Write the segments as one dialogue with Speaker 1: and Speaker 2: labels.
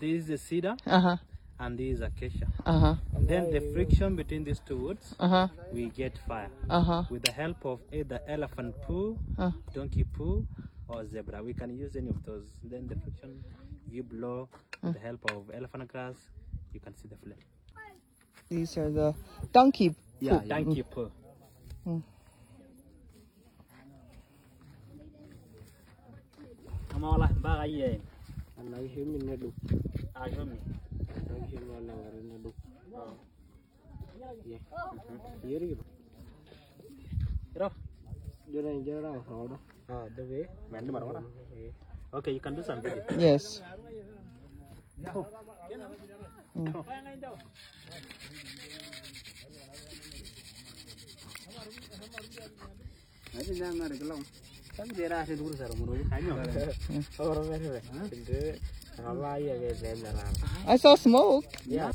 Speaker 1: This is a cedar
Speaker 2: Uh huh.
Speaker 1: and this is acacia.
Speaker 2: Uh huh.
Speaker 1: Then the friction between these two woods,
Speaker 2: Uh huh.
Speaker 1: we get fire.
Speaker 2: Uh huh.
Speaker 1: With the help of either elephant poo,
Speaker 2: Uh.
Speaker 1: donkey poo, or zebra. We can use any of those. Then the friction, you blow with the help of elephant grass, you can see the flame.
Speaker 2: These are the donkey.
Speaker 1: Yeah, Hmm.
Speaker 2: poop.
Speaker 1: donkey poo. Kama wala mbaga yeye.
Speaker 3: Anahimi nedu,
Speaker 1: Ajomi.
Speaker 3: anahimi wanangare nedu. Yeah.
Speaker 1: Iya,
Speaker 3: Yeri gitu.
Speaker 1: Iro.
Speaker 3: Jora jora orang hodo.
Speaker 1: Ah, the way. Mandu marona. Okay, you can do something.
Speaker 2: Yes.
Speaker 3: Nanti jangan ngare kelam. Kan jera ase dulu sar muru. Ayo. Orang mere. Itu ramai ya guys benar.
Speaker 2: I saw smoke.
Speaker 3: Ya.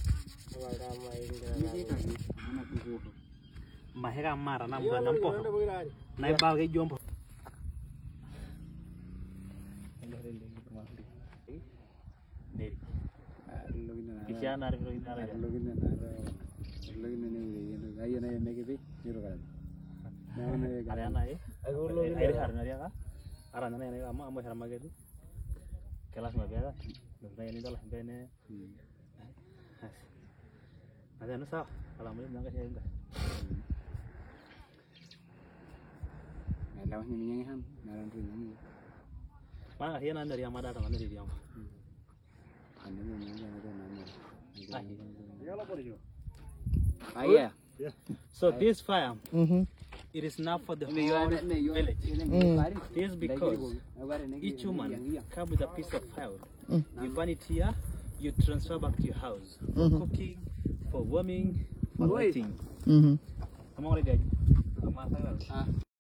Speaker 3: Ramai ini.
Speaker 1: Mahega mara na mbo na mpo. Na ibal ge jompo. Neri. Kisha na rivro idara. Ariana e. Ari harna riaga. Arana na ne amma amma harma ge. Kelas ma bega. Ngai ni dala bene. Ada nusa. Alhamdulillah nggak sih enggak.
Speaker 3: Lawan ini yang ham, naran tuh yang ini.
Speaker 1: Mana hiyan dari amada tangan dari dia.
Speaker 3: Anda mau nanya apa nama?
Speaker 1: So this fire,
Speaker 2: Mm-hmm.
Speaker 1: it is not for the
Speaker 3: You are
Speaker 1: whole
Speaker 3: no, you are
Speaker 1: village.
Speaker 3: mm.
Speaker 1: This because each woman come with a piece of firewood. You burn it here, you transfer back to your house for cooking, for warming, for lighting.
Speaker 2: Mm-hmm.
Speaker 1: Am I already? Am I already?